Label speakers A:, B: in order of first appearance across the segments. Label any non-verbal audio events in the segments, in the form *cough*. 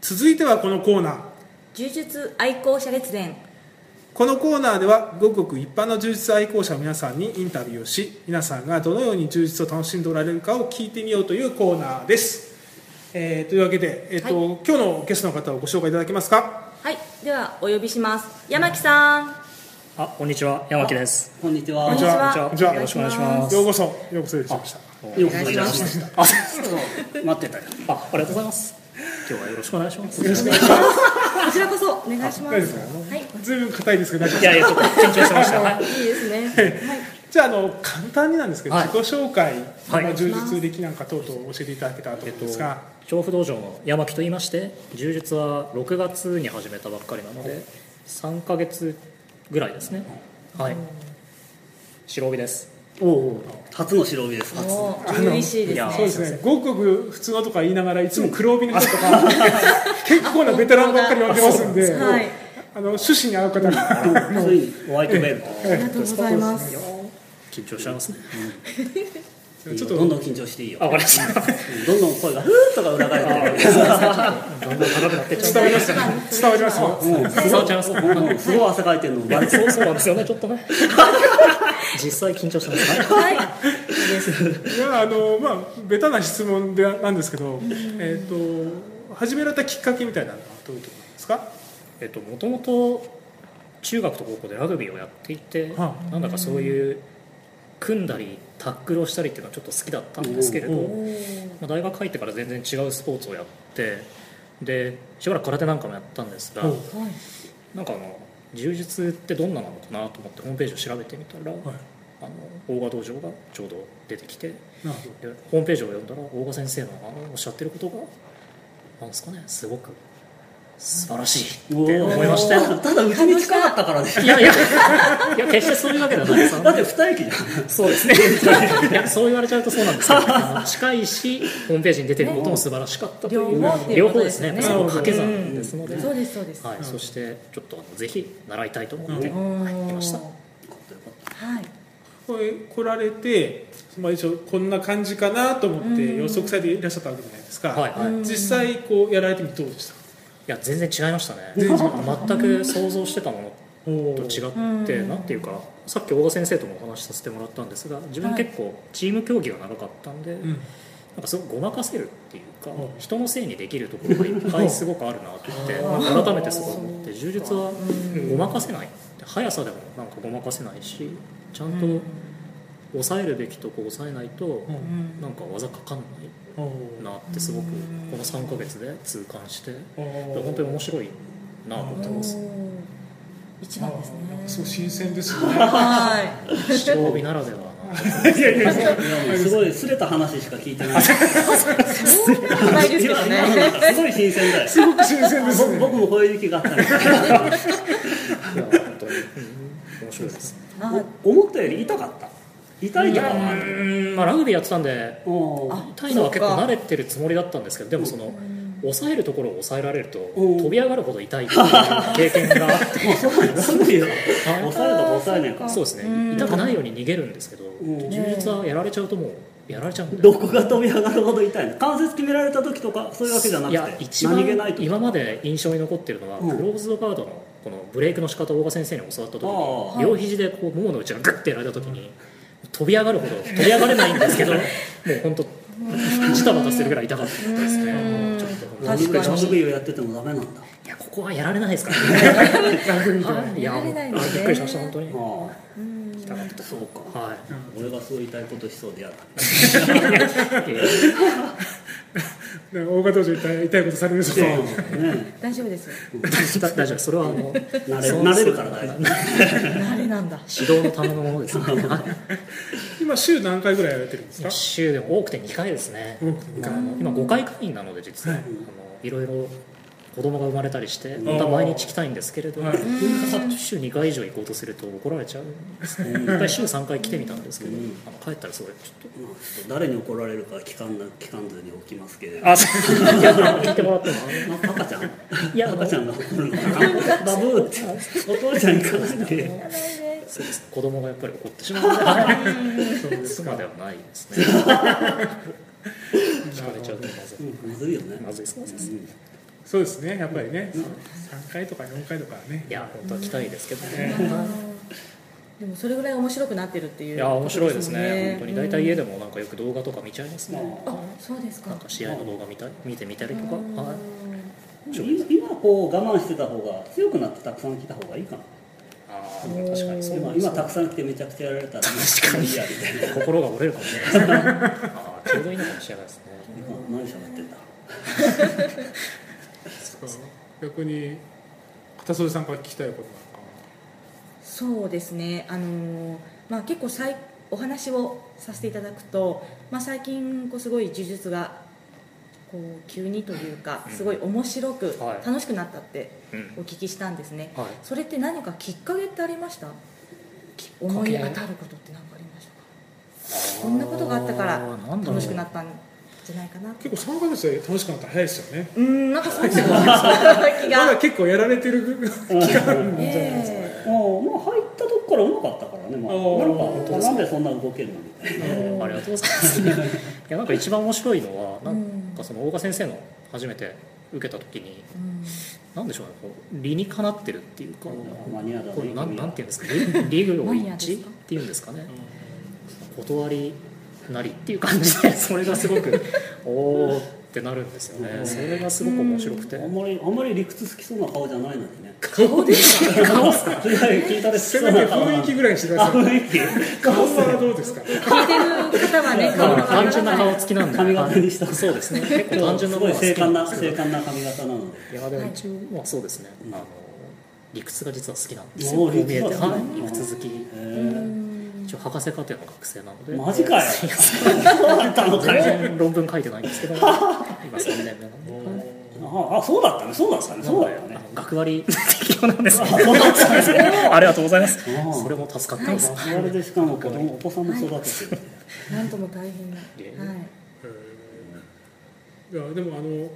A: 続いてはこのコーナー
B: 柔術愛好者列伝
A: このコーナーではごくごく一般の充実愛好者の皆さんにインタビューをし皆さんがどのように充実を楽しんでおられるかを聞いてみようというコーナーです、えーというわけで、えーと今日のゲストの方をご紹介いただけますか
B: はいではお呼びします山木さん
C: あ、こんにちは、山木です。
D: こんにち
A: こ
D: は。
A: んにちは
C: こんに
A: じ
C: ち
A: ゃあ
C: は。よろしくお願いしま
A: よう
C: す。
A: こそようこそでした
D: ようこそいらっしゃいました。
A: あ
D: そう待ってたよ。
C: あ、ありがとうございます。今日はよろしくお願いします。
A: よろしくお願いします
B: こちらこそお願いし
A: 大丈夫
B: ま
A: ですすかあの
B: はい
A: 随分硬いですけど大丈夫
C: いやいや、ちょっと緊張してま *laughs* した。はい
B: いいですねはい
A: じゃああの簡単になんですけど、
C: はい
A: 自己紹介、
C: はい
A: まあ、充実歴なんか等々教えていただけたらと思うんですが、
C: 調布道場の山木と言いまして、柔術は6月に始めたばっかりなので、3ヶ月ぐらいですね。はい。白帯です。
A: おお
D: 初の白帯です。初。
B: お
D: は
B: ー初々しいです
C: あの
A: そう
B: ね
A: ですねごくごく普通のとか言いながらいつも黒帯の人とか結構なベテランばっかり呼んでますんで
B: あそうなんですね
A: あの趣旨に合う方が
D: ついにホワイトベルト。
B: ありがとうございます
C: 緊張しちゃいますね。
A: ちょっ
D: ちょっ
A: と
D: とどんどん緊張していいよ
C: あ、。わかりました。
D: どんどん声がふーっとか裏返ってる。
C: *laughs* どんどん高くなってっちゃう。 *laughs*
A: 伝わりますよね伝わりますよ
D: もうす
C: 伝
D: ご
C: わっちゃいます *laughs*
D: い、もうすごい汗かいてるの。バレてる
C: そうそうなんですよね、ちょっと *laughs* ね。実際緊張してます。はい
B: はいいいです
A: いやあのまあベタな質問でなんですけどえっ、と始められたきっかけみたいなのはどういうところなんですか
C: えっともともと中学と高校でラグビーをやっていて、
A: は
C: なんだかそういう組んだりタックルをしたりっていうのはちょっと好きだったんですけれど、
A: おう
C: まあ、大学入ってから全然違うスポーツをやってでしばらく空手なんかもやったんですが、
A: おう
B: はい
C: なんかあの柔術ってどんななのかなと思ってホームページを調べてみたら、
A: はい
C: あの大賀道場がちょうど出てきて
A: なるほど
C: でホームページを読んだら大賀先生のあのおっしゃってることがなんですかねすごく素晴らしいって思いました
D: おーただうちに近かったからね。
C: いやいや、いや決してそういうわけではないです。
D: だって二駅だよ。
C: そうですね。いや、そう言われちゃうとそうなんですけど、近いし、ホームページに出てることも素晴らしかったという。
B: 両方っていう
C: 両
B: ことで
C: 方ですす
B: よね
C: ね。そこ掛け算ですので。
B: そうですそうです
C: はい、そして、ちょっと、あのぜひ習いたいと思って。
B: おー
C: 来ました
B: はい
A: これ来られて、まあ、一応こんな感じかなと思って予測されていらっしゃったわけじゃないですか、
C: はいはい
A: 実際こうやられてみてどうでした
C: いや、全然違いましたね。
A: 全然違
C: 全く想像してたもの
A: おお
C: と違って、なんていうか、さっき大賀先生ともお話しさせてもらったんですが、自分結構チーム競技が長かったんで。
A: うん、
C: なんかすごくごまかせるっていうか、
A: うん
C: 人のせいにできるところがいっぱいすごくあるなと思ってなんか改めてすごい思って柔術はごまかせない速さでもなんかごまかせないしちゃんと抑えるべきとこ抑えないと
A: う
B: うんん
C: なんか技かかんない
A: お
C: なってすごくこの3ヶ月で痛感して
A: おお
C: 本当に面白いなと思ってます
B: おー一番ですね
A: そう新鮮ですよね *laughs*
B: はい
C: 視聴日ならでは
D: いやもうすごい、すれた話しか聞いてない。
B: そんなことないですけど
D: 今の
B: ね
D: すごい新鮮だよ。
A: すごく新鮮です
D: 僕
A: ね
D: 僕もこういう時期があったの。
C: ないや本当に、うん面白いです
B: あー
D: 思ったより痛かった。痛いとかはあ
C: う
D: る。
C: ーんまあラグビーやってたんで
D: おー
C: 痛いのは結構慣れてるつもりだったんですけどでもその抑えるところを抑えられると
D: うん
C: 飛び上がるほど痛いっていう *laughs* 経験があって
D: そうなんだすご *laughs* いよ。
C: は
D: 抑えるとか抑えないか
C: い。そうです
B: うん
C: ね痛くないように逃げるんですけど
D: ん
C: 充実はやられちゃうともうやられちゃうんで
D: どこが飛び上がるほど痛いの関節決められた時とかそういうわけじゃな
C: い
D: くて
C: や一
D: 何気ない
C: 番
D: と
C: 今まで印象に残ってるのは
D: うん
C: クローズドガードのこのブレイクの仕方を大賀先生に教わった時
B: あ
D: あ
C: に両肘でこうももの内がグッてやられた時に飛び上がるほど飛び上がれないんですけどもう本当ジタバタするぐらい痛かったですねちょっ
B: 確
C: と
B: かに
D: 僕がラグビーをやっててもダメなんだ
C: いやここはやられないですからねはいいや
B: やられないんですね
C: びっくりしました本当に
D: あ
C: 痛かった
D: そうか
C: は
D: 俺がそう痛いことしそうでやだ
C: いいや
A: ね大型道場痛い痛いことされるぞ
D: ね
B: 大丈夫です
C: だ大丈夫それはあの
D: 慣れ
C: そう
D: 慣れるから大丈夫
B: 慣れなんだ
C: 指導のためのものですねは
A: 今週何回ぐらいやられてるんです
C: い
A: か
C: 一週でも多くて2回ですね
A: 多くて二回
C: あの今5回会員なので実は
A: はい
C: あのいろいろ子供が生まれたりして
A: ん
C: また毎日来たいんですけれど
A: はい
C: 週2回以上行こうとすると怒られちゃうんですね一回週3回来てみたんですけどあの帰ったらすごいちょっと
D: まあちょっと誰に怒られるか聞かんな聞かんずに起きますけれど
C: あそういや聞いてもらってもあの
D: まあ赤ちゃん
C: いや
D: 赤ちゃんが怒るの
C: *laughs*
D: かなバブーってお父ちゃんに関して
B: やられないです
C: そうです子供がやっぱり怒ってしまうのでそうですまではないですね聞かれちゃうとまずい
D: うんまずいよね
C: まずいそうです
D: うん
A: そうですねやっぱりね、三3回とか4回とかはね
C: いや本当は期待ですけどね、
B: でもそれぐらい面白くなってるっていう
C: いや面白いですね本当に大体家
B: で
C: でもなんかよく動画とか見ちゃいますね、
B: あそうですか
C: なんか試合の動画見た見てみたりとか、
B: うん
C: はい
D: 今今こう我慢してた方が強くなってたくさん来た方がいいかな
C: ああ確かにそう
D: で
C: な
D: も
C: んです
D: 今
C: ね
D: たくさん来てめちゃくちゃやられたら
C: 確かに
D: いやみたいな
C: 心が折れるかもしれないですねああちょうどいいのかもしれないですね
D: 今何喋ってんだ
A: 逆に片袖さんから聞きたいことなのか
B: そうですね、あのーまあ、結構さいお話をさせていただくと、まあ、最近こうすごい呪術がこう急にというか
C: うん
B: すごい面白く
C: はい
B: 楽しくなったって
C: うん
B: お聞きしたんですね、
C: はい
B: それって何かきっかけってありました
C: け
B: 思い当たることって何かありましたかこんなことがあったから楽しくなったんじゃないかなって
A: 結構3ヶ月で楽しくなったら早いですよね
B: うーんなんかそうですよねそんな *laughs* 気
A: まだ
B: が、
A: 結構やられてる *laughs* 気があるんじゃないですか、
B: え
D: *laughs* ああまあ入ったとこからうまかったからね、ま
A: あ
D: あ、
A: ー
D: なんかなんでそんな動けるのみたいな
C: うんありがとうございます。いやなんか一番面白いのはな
B: うんん
C: かその大賀先生の初めて受けた時に
B: ーうん
C: なんでしょうねこう理にかなってるっていうか。
D: マニアだね
C: これなんなんていうんですかリリーグを
B: マニアで
C: 一致
B: す
C: っ
B: か
C: ていうんですかね断りなりっていう感じでそれがすごくおおってなるんですよねそれがすごく面白くて
D: あんまりあんまり理屈好きそうな顔じゃないのにね
B: 顔ですか
D: それ聞いたで
A: せめて雰囲気ぐらいにしてくだ
D: あ
A: さい
D: 雰囲気
A: 顔はどうですか
B: 聞いてる方はね
C: ま
B: 顔
C: あ
B: が
C: 単純な
B: わから
C: 顔
B: ない
C: つきなんで
D: 髪型にした
C: そうですね結構単純な
D: す
C: 顔
D: ご
C: が
D: い
C: 好き
D: 精悍
C: ん
D: な
C: です
D: 精悍な髪型なので
C: いやでも
B: はい
C: 一応、まあそうですね、
D: うん
C: あの理屈が実は好きなんですよこ
D: お
C: う
D: ー
C: 見えて、
D: 理屈が好き
C: はい、理屈好き
D: へ
B: うー
D: え
B: ん
C: 一応博士課程の学生なので
D: マジ
C: *laughs*
D: かよ
C: いや
D: そうだったのか
C: 全
D: よ
C: 然論文書いてないんですけど今3年目なんで、はい
D: ああそうだったねそうだったねそうだよね
C: あの学割
D: *laughs*
C: 適用なんですね *laughs* ありがとうございます
D: うん
C: それも助かってます、
D: あれでしかも子供お子さんも育ててる
B: なんとも大変な、
C: で
B: はい、
A: いやでもあの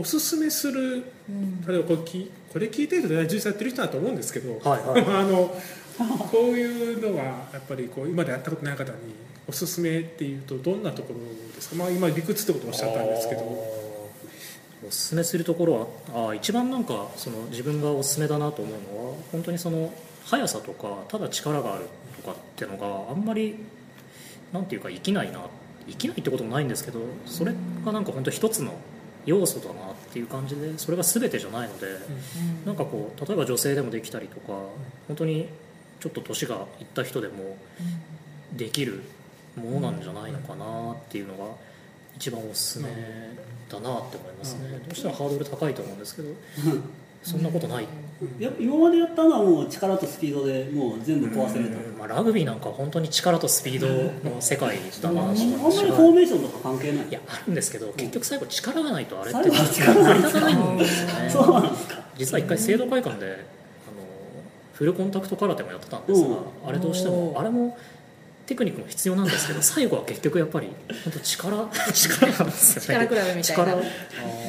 A: おすすめする
B: うん、
A: 例えばこれきこれ聞いてると大事やってる人だと思うんですけど、
C: はいはい
A: *laughs* あのこういうのがやっぱりこう今までやったことない方におすすめっていうとどんなところですか、まあ、今理屈ってことをおっしゃったんですけ
C: あー
A: ど
C: おすすめするところはあー一番なんかその自分がおすすめだなと思うのは本当にその速さとかただ力があるとかってのがあんまりなんていうか生きないな生きないってこともないんですけどそれがなんか本当一つの要素だなっていう感じでそれが全てじゃないので、なんかこう例えば女性でもできたりとか本当にちょっと年がいった人でもできるものなんじゃないのかなっていうのが一番おすすめだなって思いますね、どうしてもハードル高いと思うんですけどそんなことない、
D: やっぱ今までやったのはもう力とスピードでもう全部壊せると
C: まあ、ラグビーなんかは本当に力とスピードの世界
D: あ
C: だ
D: ん
C: な
D: ま
C: と
D: りフ
C: 思い
D: ォー
C: ま
D: メーションとか関係ない
C: いやあるんですけど結局最後力がないとあれって
D: 最後は力ない
C: 成り立たないんですよね
D: *laughs* そうなんですか
C: 実は一回制度会館であのフルコンタクト空手もやってたんですが、
D: う
C: あれどうしてもあれもテクニックも必要なんですけど *laughs* 最後は結局やっぱり本当力 *laughs* 力なんですよ
B: 力
C: ね
B: 比べみたいな
C: 力なんだ
B: う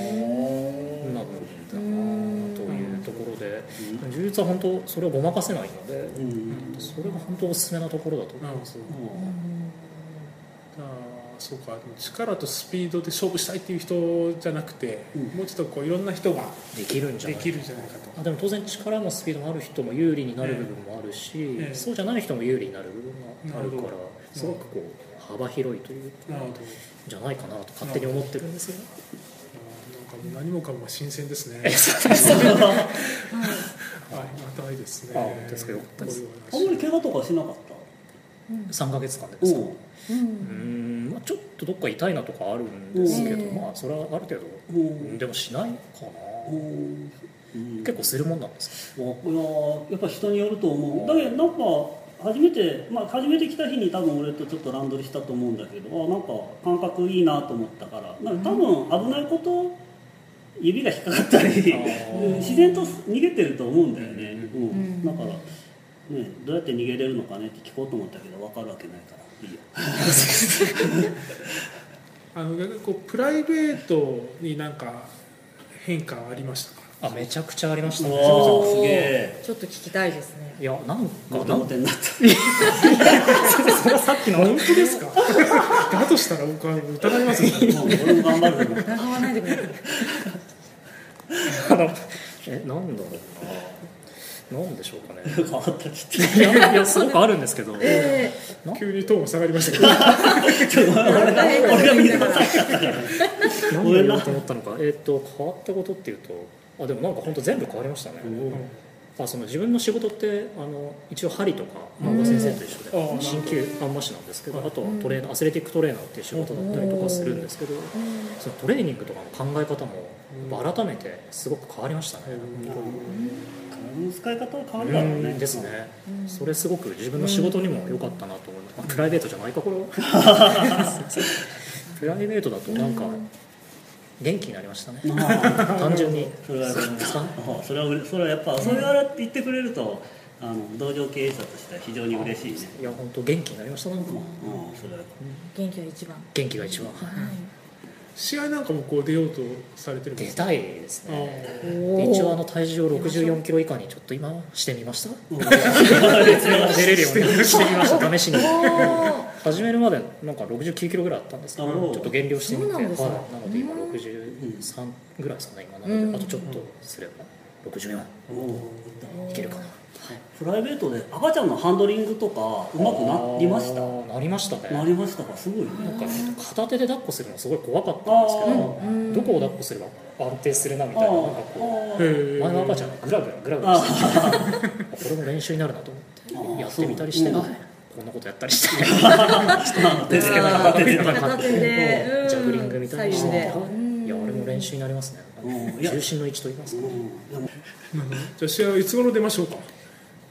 B: ん
C: なというところで柔術は本当それをごまかせないので
D: うんうん
C: それが本当おすすめなところだと思います、
D: も
A: あーそうか力とスピードで勝負したいっていう人じゃなくて、
D: うん
A: もうちょっとこういろんな人が
C: できるんじゃ
A: で
C: ない
A: きるんじゃないかと。
C: あでも当然力もスピードもある人も有利になる部分もあるし、
A: ええ
C: そうじゃない人も有利になる部分があるか
A: な
C: ら
A: るほど
C: すごくこう幅広いという
A: なるほど
C: じゃないかなと勝手に思ってるんですよ、
A: あーなんかもう何もかも新鮮ですね。 *laughs* はい、またいいですね。
C: あ本当ですかよかったです
A: こ
D: う
A: う
D: あ
A: い
D: ん
A: う
D: ま
A: 話
D: り怪我とかしなかった
C: 3ヶ月間で
D: う
C: ですか
D: ん
B: う
C: うんーん、まあ、ちょっとどっか痛いなとかあるんですけど、
B: うん
C: まあそれはある程度
D: うん
C: でもしないかな、
D: うんうん
C: 結構するもんなんです
D: いややっぱ人によると思うだけどなんか初めて、まあ、初めて来た日に多分俺とちょっと乱取りしたと思うんだけどあなんか感覚いいなと思ったからなんか多分危ないこと指が引っかかったり
C: あー
D: 自然と逃げてると思うんだよね、
C: う
D: うん
B: うん
D: だから、ね、どうやって逃げれるのかねって聞こうと思ったけど分かるわけないからいいよ
A: あの逆にこうプライベートになんか変化はありましたか。
C: あめちゃくちゃありました
D: う
C: ね
D: わ
B: おー
D: すげえ
B: ちょっと聞きたいですね
C: いやなん
D: モ
C: か
D: テ
C: なん
D: モテになった
C: さっきの
A: 本当ですか。だとしたら僕は疑いますよ。
C: *laughs*
D: もう俺も頑張るけど
B: 疑わないでください
C: あのえなんだろうななんでしょうかね
D: 変わった
C: *laughs*
D: きって
C: いやいやすごくあるんですけど、
B: え
A: 急にトーン下がりましたけど
B: え
D: 俺が見てな
B: *laughs*
D: かっ
C: 何を言おうと思ったのか、えー、と変わったことっていうとあでもなんか本当全部変わりましたね、あその自分の仕事ってあの一応針とか漫画先生と一緒で、
A: うんあー
C: 鍼灸看護師なんですけど、
A: はい
C: あとはトレーナーアスレティックトレーナーっていう仕事だったりとかするんですけど、そのトレーニングとかの考え方もやっぱ改めてすごく変わりましたね、
D: 体の使い方は変わるだろうね
C: ですね、それすごく自分の仕事にも良かったなと思います、まあプライベートじゃないかこれはプライベートだとなんか元気になりましたね、
D: まあ
C: 単純に
D: それはそれは嬉それはやっぱそれは言ってくれるとあの同情経営者としては非常に嬉しいね
C: *laughs* いや本当元気になりましたなんか
D: うんそれは
B: 元気が一番。
C: 元気が一番
A: 試合なんかもこう出ようとされてるんで
C: 出
A: すか
C: たいです
A: あ
C: ね
A: ー
C: で一応あの体重を64キロ以下にちょっと今してみました
D: うん
C: 出れるようにしてみま *laughs* した試しに
B: お
C: 始めるまでなんか69キロぐらいあったんですけど
D: おー
C: ちょっと減量してみて
B: そう
C: は
B: ないんですね
C: なので今
B: うん
C: 63ぐらいですかね今な
B: う
C: の
B: ん
C: であとちょっとすれば64
D: うん
C: いけるかな
D: プライベートで赤ちゃんのハンドリングとかうまくなりました
C: あーなりました
D: な
C: ね
D: りましたかすごいね
C: なんか片手で抱っこするのすごい怖かったんですけど
B: ーうん
C: どこを抱っこすれば安定するなみ
D: あ
C: たいななんかこう
D: ーあー
A: へ
C: 前の赤ちゃんがグラグラグラグラしててこれも練習になるなと思ってやってみたりして
D: あ
C: こ
D: そうん
C: なことやったりして
D: 手つけなかった手つけなかった
B: 片手でうん
C: ジャグリングみたいにしていや
B: 左右で
C: あれも練習になりますね
D: うんいや
C: 重心の位置といいますか
A: じゃあ試合はいつ頃出ましょうか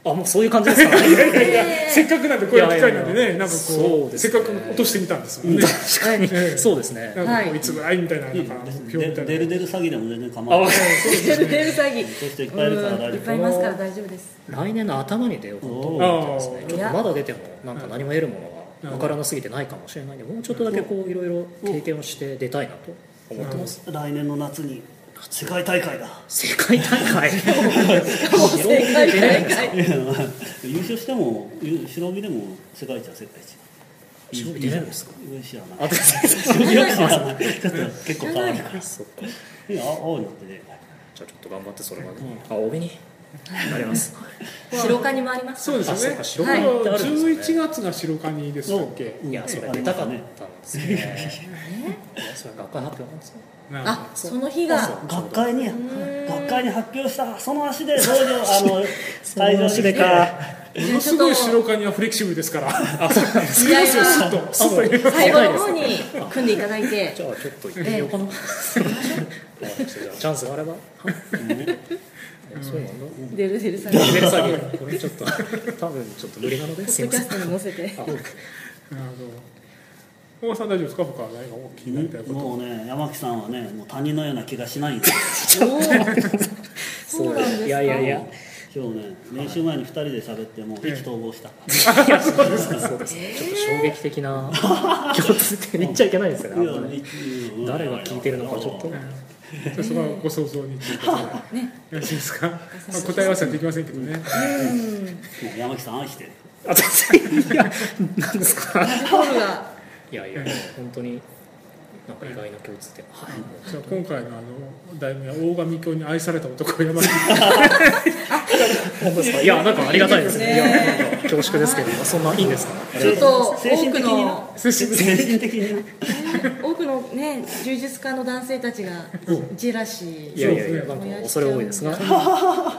C: あもうそういう感じ *laughs* ですかね
A: せっかくなんでこういう機会なんで
C: いやいやい
A: ね
C: や
A: なんか
C: そ
A: こ
C: う
A: う
C: です
A: せっか
C: ね
A: く落としてみたんですもんね
C: 確かにそうです
A: な
C: ね
A: んかこ
B: は
A: う
B: い
A: いつぐらいみたいななんか目標みた
D: で
A: いな
D: 出る出る詐欺でも全然構わ
C: あ
D: ない
B: 出る出る詐欺。
D: そういう人いっぱいいるから大丈夫
B: うんいっぱいいますから大丈夫です。
C: 来年の頭に出ようかなと思ってますね
A: お
B: ー
C: ちょっとまだ出てもなんか何も得るものが分からなすぎてないかもしれないんでもうちょっとだけこういろいろ経験をして出たいなと思ってます
D: 来年の夏に世界大会だ
C: 世界大 *laughs* 会
B: 世界大会。
D: いや優勝してもゆ白帯でも世界一は世界一
C: 白帯出れるんですか
D: いい知らない
C: あ
D: よく知らないちょっと結構変わるから
C: *laughs* そっか
D: いや青になってね
C: じゃあちょっと頑張ってそれまで、あ帯になります。
B: 白化にもあります。
A: そうですよね
C: あそうか白
A: 今
C: 金ってあるんですね
A: 11月が白カニでしたっけ
D: う
C: *laughs*
D: ん
C: いやそれ出たかったんですよね。いやそれ学会発表なんですよ。
A: なんか
B: あ、その日が。
D: 学会に
B: ん
D: 学会に発表したその足で道場あの会場に来
C: その足で
D: て
C: か
A: ものすごい白カニはフレキシブルですからあ *laughs* そうなんです
B: 試合
A: スッ
B: は
A: とスッと入れます
B: 最後の方に組んでいただいて
C: じ。ゃあちょっと行ってみようかな。わかりましたじゃあチャンスがあれば。はいいやそうなんだ。
B: 出る出る詐
C: レベ
B: 欺。
C: ル詐欺これちょっと多分ちょっと無理なので
B: ポ
C: す
B: ッ
C: い
B: ド
C: ま
B: キャ
C: せん
B: ス。トに載せて。
C: あ
A: なるほど大場さん大丈夫ですか他は何か気になりたいこと
D: もうね山木さんはねもう他人のような気がしないんで
B: おー
C: そ
B: そうなんですか
C: いやいやいや。
D: 今日ね練習前に2人で喋ってもう意気投合した
C: *laughs* そうですね。ちょっと衝撃的 *laughs* な共通点言っちゃいけないですよね。あんまね誰が聞いてるのかちょっと。
A: じゃ *laughs* あそこはご想像にということでよろしいですか、まあ、答え合わせはできませんけどね
D: 山木さん愛してる
C: あ全然いやなんですか。
B: ボールが。
C: いやいや、本当に、なんか意外な共通点。はい。
A: じゃあ今回のあの題名は大神教に愛された男山木
C: 本当ですか。いや、なんかありがたいですね。い
B: いいですね
C: や、なんか恐縮ですけど、そんないいんですか。
B: ちょっと多
D: 精神
B: く
D: 的にな
B: の。
A: 精神的
D: 精神的にな
B: 多くのね、柔術家の男性たちが。ジェラシー。
C: いやいやいや、なんか恐れ多いですが。いや、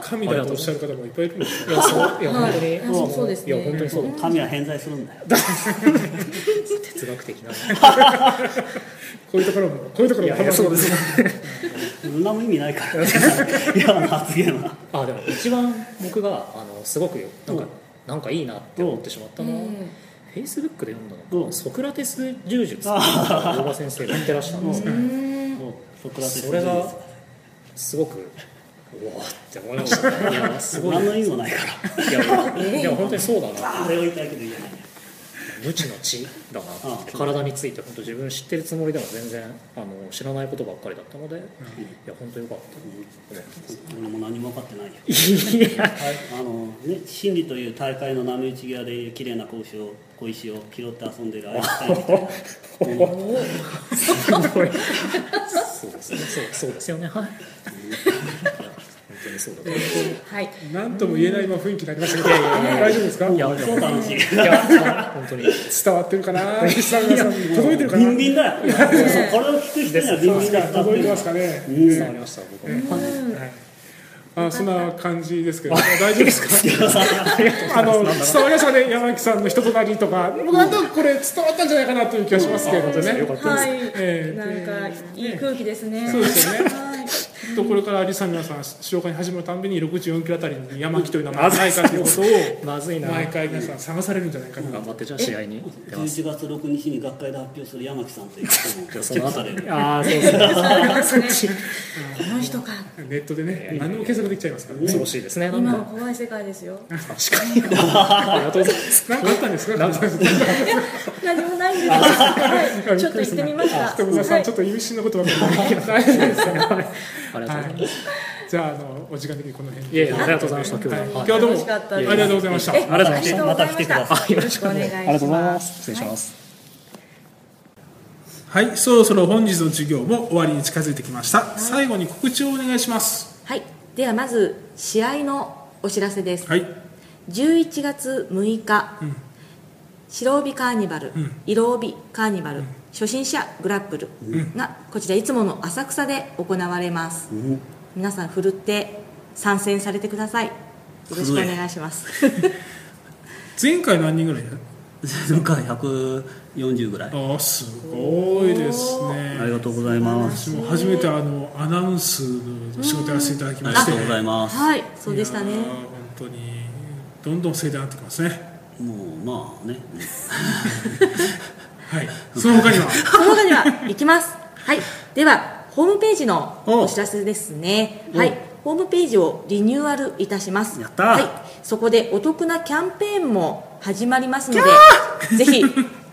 A: 神だとおっしゃる方もいっぱいいるんですよ
C: そう、いや、本当
B: はい
C: に。
B: いやそうそうですね
C: いや、本当にそうだ。
D: 神は偏在するんだよ
C: 哲学 *laughs* 的な。
A: こういうところもこういうところも話そうです
D: 何も意味ないから今の発言は
C: あ、でも、一番僕が、あの、すごくよ、なんか、なんかいいなって思ってしまったのは。フェイスブックで読んだの
D: う
C: が
D: ん
C: ソクラテス柔術っていうのが大場先生が言ってらしたんですけど
D: ソクラテス
C: それがすごくうわーって思いましたねいやすごい
D: 何の意味もないから
C: いやいやいや本当にそうだな
D: あれを言いたいけど言えない
C: 無知の知だなって体について本当自分知ってるつもりでも全然あの知らないことばっかりだったので、いや本当よかった
D: 俺も何も分かってないよ
C: いや
D: あのね真理という大会の波打ち際で綺麗な小石を小石を拾って遊んでるアインシュタインみたいな
C: すごいそうですねそうそうですよねはい本当にそうだと思います
B: はい
A: なんとも言えない今雰囲気になりましたけど大丈夫ですか
C: いや
D: すごい楽しい
C: いや本当に
A: 伝わってるかな西さんがさ届いてるか
D: ビ
A: な
D: ンビンだよこれを聞く人にはビンビンだ
A: 届いてます
D: か
A: かね
C: 伝わりました僕
B: う
C: も
B: ん
A: はいあそんな感じですけど大丈夫 *laughs* ですかあの伝わりましたね山木さんの人となりとか僕なんとなくこれ伝わったんじゃないかなという気がしますけれどもね
C: よかった
B: は
C: です
A: え
B: い
A: え
B: なんかいい空気ですね
A: そうですよね
B: はい
A: きっとこれから有さん皆さん塩川に始まるたんびに64キロあたりに山木という名前がないかということを
C: まずいな
A: 毎回皆さん探されるんじゃないかな
C: 頑張ってじゃあ試合に出ます
D: 11月6日に学会で発表する山木さん *laughs* という人もチ
C: じゃ
D: ェ
C: あその
D: ックさ
C: 後
D: れ
C: に
D: る
C: ああそうですね
B: そうですねこの人か
A: ネットでね何でも検索できちゃいますからね
C: 恐ろしいですねなん
B: 今
C: か
B: は怖い世界ですよ
C: 確かにありがとうございます
A: 何かあったんですか
B: 何もないんですはいちょっと行ってみました
A: 人村さ
B: は
A: ん
B: い
A: ちょっと意味深なことばっかり言って大丈夫です
C: ありがとうございます
A: じゃああのお時間的にこの辺
C: い
A: で
C: やいやありがとうございました今日
A: は今
C: はいはい
A: 日はどう
B: 楽し
A: も
B: かった
A: あ
B: で
A: りが
B: す
A: とうございました
B: え
C: ありがとうございました
B: ありがとうございました
C: あよろしくお願いし
B: よろしくお願いします
C: ますありがとうございます失礼します
A: はいそろそろ本日の授業も終わりに近づいてきました最後に告知をお願いします
B: はいではまず試合のお知らせです
A: はい
B: 11月6日、
A: ん
B: 白帯カーニバル、
A: ん
B: 色帯カーニバル、初心者グラップルがこちらいつもの浅草で行われます、
D: *laughs*
B: 皆さんふるって参戦されてくださいよろしくお願いします
A: 前回何人ぐらいいた
D: 前回140ぐらい
A: あーすごいですね
D: ありがとうございます
A: 私も初めてあのアナウンスの仕事やらせていただき
D: あ
A: ま
D: り
A: し
D: が
A: て
D: とうございます
B: はいそうでした
A: いやー
B: ね
A: 本当にどんどん盛大になってきますね
D: もうまあね
A: はいその他には
B: その他には行きますはいではホームページの
A: お
B: お知らせですね
A: お
B: はいホームページをリニューアルいたします
D: やったー
B: はい、そこでお得なキャンペーンも始まりますのでぜひ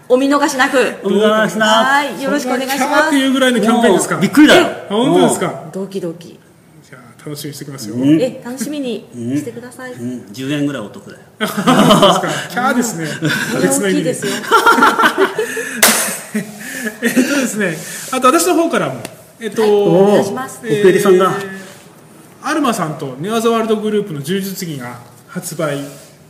B: お見逃しなく
D: お願いし
B: *laughs*
D: ま
B: はいよろしくお願いし
A: キャー
B: ま
A: ってい
B: す
A: うぐらいの
D: す
A: キャンペーンですか
D: もうびっくりだよ
A: 本当ですか
B: ドキドキ
A: じゃあ楽しみにしてきますよ、 *laughs*
D: うん
B: え楽しみにしてください
D: もううん10円ぐらいお得だよ
A: そうですかキャーです
B: *laughs*
A: ね
B: これ
A: 別の
B: 大
A: 意
B: き
A: 味
B: いですよ
A: えっとですねあと私の方からもえっと、
B: お願いします
D: おー奥襟さんだ
A: アルマさんとネワザワールドグループの柔術着が発売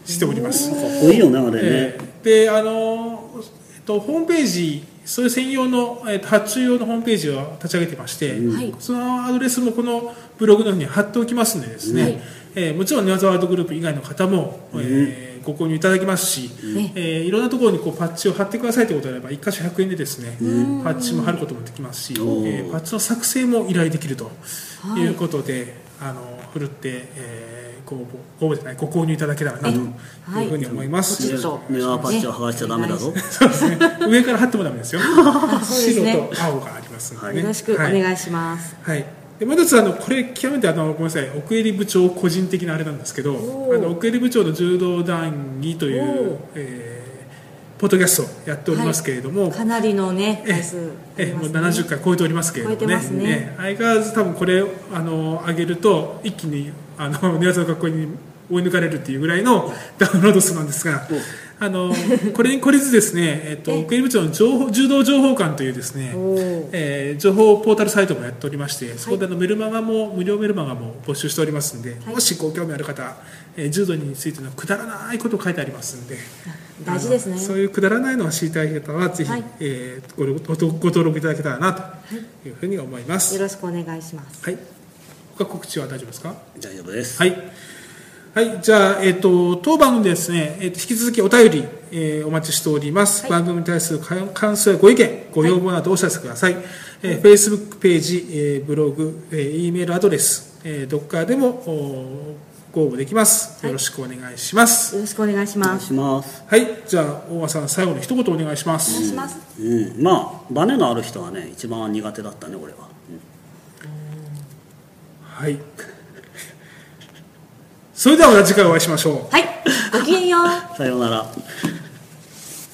A: しております
D: かっこいいよねあれ
A: え
D: ね
A: ーであのーえっと、ホームページそれ専用の、えっと、発注用のホームページを立ち上げてまして、
B: はい
A: そのアドレスもこのブログの方に貼っておきますのでですね、
B: はい
A: えーもちろんネワザワールドグループ以外の方も、えーご購入いただけますし、
B: ね
A: えーいろんなところにこうパッチを貼ってくださいということであれば1箇所100円でですね、パッチも貼ることもできますし、え
D: おー
A: ーパッチの作成も依頼できると
B: はい
A: いうことで、あのふるって、えーご応募ご応募じゃないご購入いただけたらなという
B: はい
A: ふうに思います。
B: ちょっと
D: ネアパッチは剥がしちゃダメだぞ
A: そうですね。上から貼ってもダメですよ。
B: *laughs* そうですね
A: 白と青がありますんでね。
B: よろしくお
A: はい。
B: 願いします、
A: はいでまずつあのこれ極めてあのごめんなさい奥襟部長個人的なあれなんですけど
B: おー
A: あの奥襟部長の柔道談義とい
B: おー
A: う、えーポッドキャストをやっておりますけれども、
B: かなりのね
A: え
B: 回数あ
A: え
B: り
A: え
B: ま
A: もう
B: すね
A: 70回超えておりますけれども
B: 超えて
A: ね
B: ますね
A: ええ相変わらず多分これあの上げると一気にあの宮津の学校に追い抜かれるっていうぐらいのダウンロード数なんですがあのこれにこれずですね、えっと、
B: え
A: 奥入部長の情報柔道情報館というですね
B: おー
A: えー情報ポータルサイトもやっておりまして、そこであのメルマガも無料メルマガも募集しておりますので、
B: はい
A: もしご興味ある方、えー柔道についてのくだらないことを書いてありますので
B: 大事ですね
A: あのそういうくだらないのを知りたい方はぜひ、
B: はい
A: えーごごごご登録いただけたらなというふうに思います、
B: よ
A: はい
B: ろしくお願いします
A: 他告知は大丈夫ですか
D: 大丈夫です
A: はい、はい、じゃあ、えっと当番組ですね、えっと引き続きお便り、えーお待ちしております、
B: はい
A: 番組に対する感感想やご意見ご要望などお知らせください、えー、Facebook ページ、えーブログ、えー、E メールアドレス、えー、どっかでもおご応募できます
B: は
A: よ
B: い
A: ろしくお願いします
B: よろしくお願いし
D: お願
B: ま
D: い
B: す。
D: します
A: はい、じゃあ大和さん最後の一言お願いしま
B: お願い
A: す、
B: します。
D: うん、まあバネのある人はね一番苦手だったね俺は、
A: はいそれではまた次回お会いしましょう
B: はい、ごきげんよう。
D: うんさようなら